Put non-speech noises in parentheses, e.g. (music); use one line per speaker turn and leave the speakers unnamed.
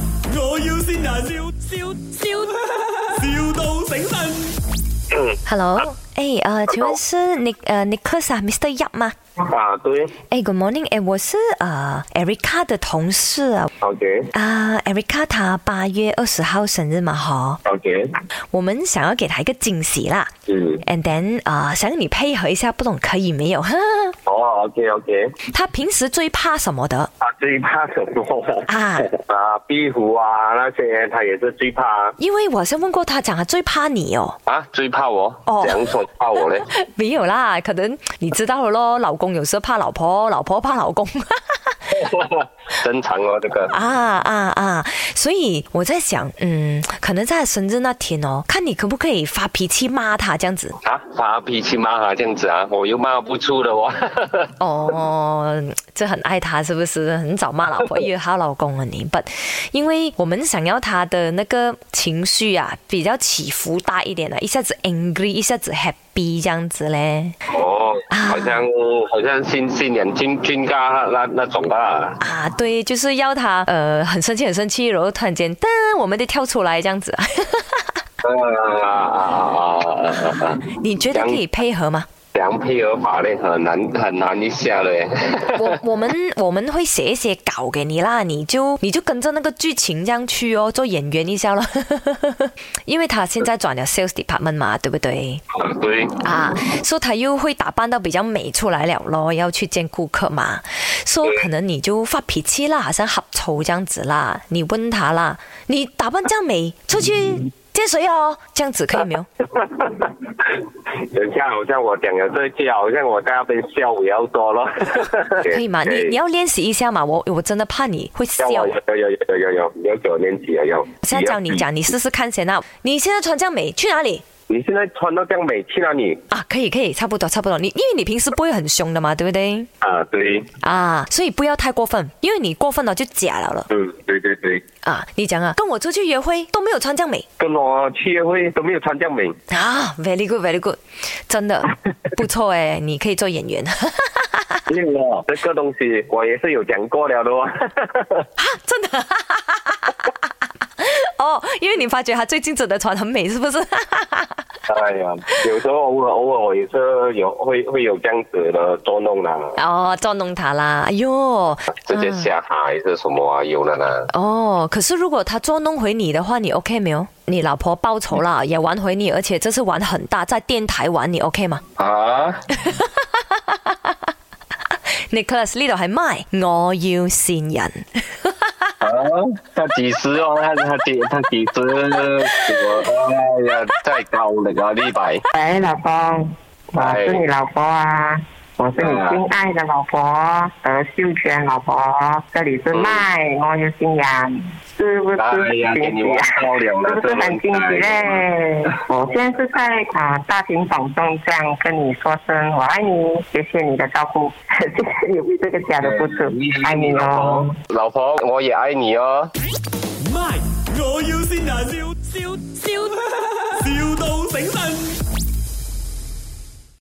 要先人，笑笑笑，,笑到醒神。
啊
Hello，哎呃，请问是你呃 Nicholas 啊，Mr. Yap 吗？
啊，对
哎，Good morning，哎，我是呃 Erica 的同事啊。
，OK
啊、e r i c a 她八月二十号生日嘛，哈，
OK，
我们想要给她一个惊喜啦
嗯，
，and then 啊、想你配合一下，不懂可以没有？
哦，OK OK，
她平时最怕什么的
他啊最怕什么？ (laughs)
啊？
啊，壁虎啊那些，他也是最怕
因为我好像问过她，讲她最怕你哦，
啊，最怕我，
哦
怎样说怕我嘞？
没有啦，可能你知道了咯，老公有时候怕老婆，老婆怕老公。
正常 (laughs) 哦，这个
啊啊啊！所以我在想，嗯，可能在生日那天哦，看你可不可以发脾气骂他这样子。
啊，发脾气骂他这样子啊，我又骂不出的哦。
哦，这很爱他是不是？很早骂老婆，因为她老公啊你。but 因为我们想要他的那个情绪啊，比较起伏大一点啊，一下子 angry，一下子 happy 这样子嘞。
哦，好像好像新新人军军家那那种啊。
啊，对，就是要他呃很生气很生气，然后突然间噔，我们得跳出来这样子啊。 (laughs)
啊啊啊啊啊！
你觉得可以配合吗？
良配合法嘞，很难很难一下嘞。
我我们我们会写一些稿给你啦，你就你就跟着那个剧情这样去哦，做演员一下咯。 (laughs) 因为他现在转了 sales department 嘛，对不对？
啊对，
啊，所以他又会打扮到比较美出来了咯，要去见顾客嘛，所、以可能你就发脾气啦，好像呷醋这样子啦。你问他啦，你打扮这样美，出
嗯
去见谁哦？这样子可以
啊
没有？
等一下，好像我讲了这一句，好像我在那边笑也要多咯。
(laughs) 可以吗？你你
要
要练习一下嘛，我我真的怕你会笑
笑。我有有有有有有有九年级了有。
我现在教你讲，你试试看先啊。你现在穿这样美，去哪里
你现在穿到这样美去哪里？
啊？可以可以，差不多差不多。你因为你平时不会很凶的嘛，对不对？
啊对，
啊，所以不要太过分，因为你过分了就假了了
嗯对对对，
啊。你讲啊，跟我出去约会都没有穿这样美
跟我去约会都没有穿这样美。
啊，very good very good，真的不错哎， (laughs) 你可以做演员啊，
没有哦，这个东西我也是有讲过了的哦。
真的。哦，因为你发觉她最近真的穿很美，是 (laughs) 不是？
哎呀，有时候偶尔偶尔我也是有会会有这样子的捉弄啦、
哦，捉弄她啦，哎呦，
直接吓他还是什么啊？有了啦。
哦，可是如果他捉弄回你的话，你 OK 没有？你老婆报仇了，也玩回你，而且这次玩很大，在电台玩，你 OK 吗
啊？
？Nicholas 呢度係 my，我要善人。
啊，他几时哦？他他几他几时？我哎呀，太高了啊！李白，
喂，哎老公，我
哎
是你老婆啊，我是你心爱的老婆，何秀娟老婆，这里是麦，我有新人，是不是
嗯哎呀，给
惊
你
喜
玩哎
啊？
漂亮
是
了，
不是很惊喜嘞？我现在是在啊大庭广众这样跟你说声我爱你，谢谢你的照顾， (laughs) 谢谢你为这个家的付
哎
出，爱你哦。
老婆，我也爱你哦。
咪，我要先人，笑笑笑，,笑到醒神。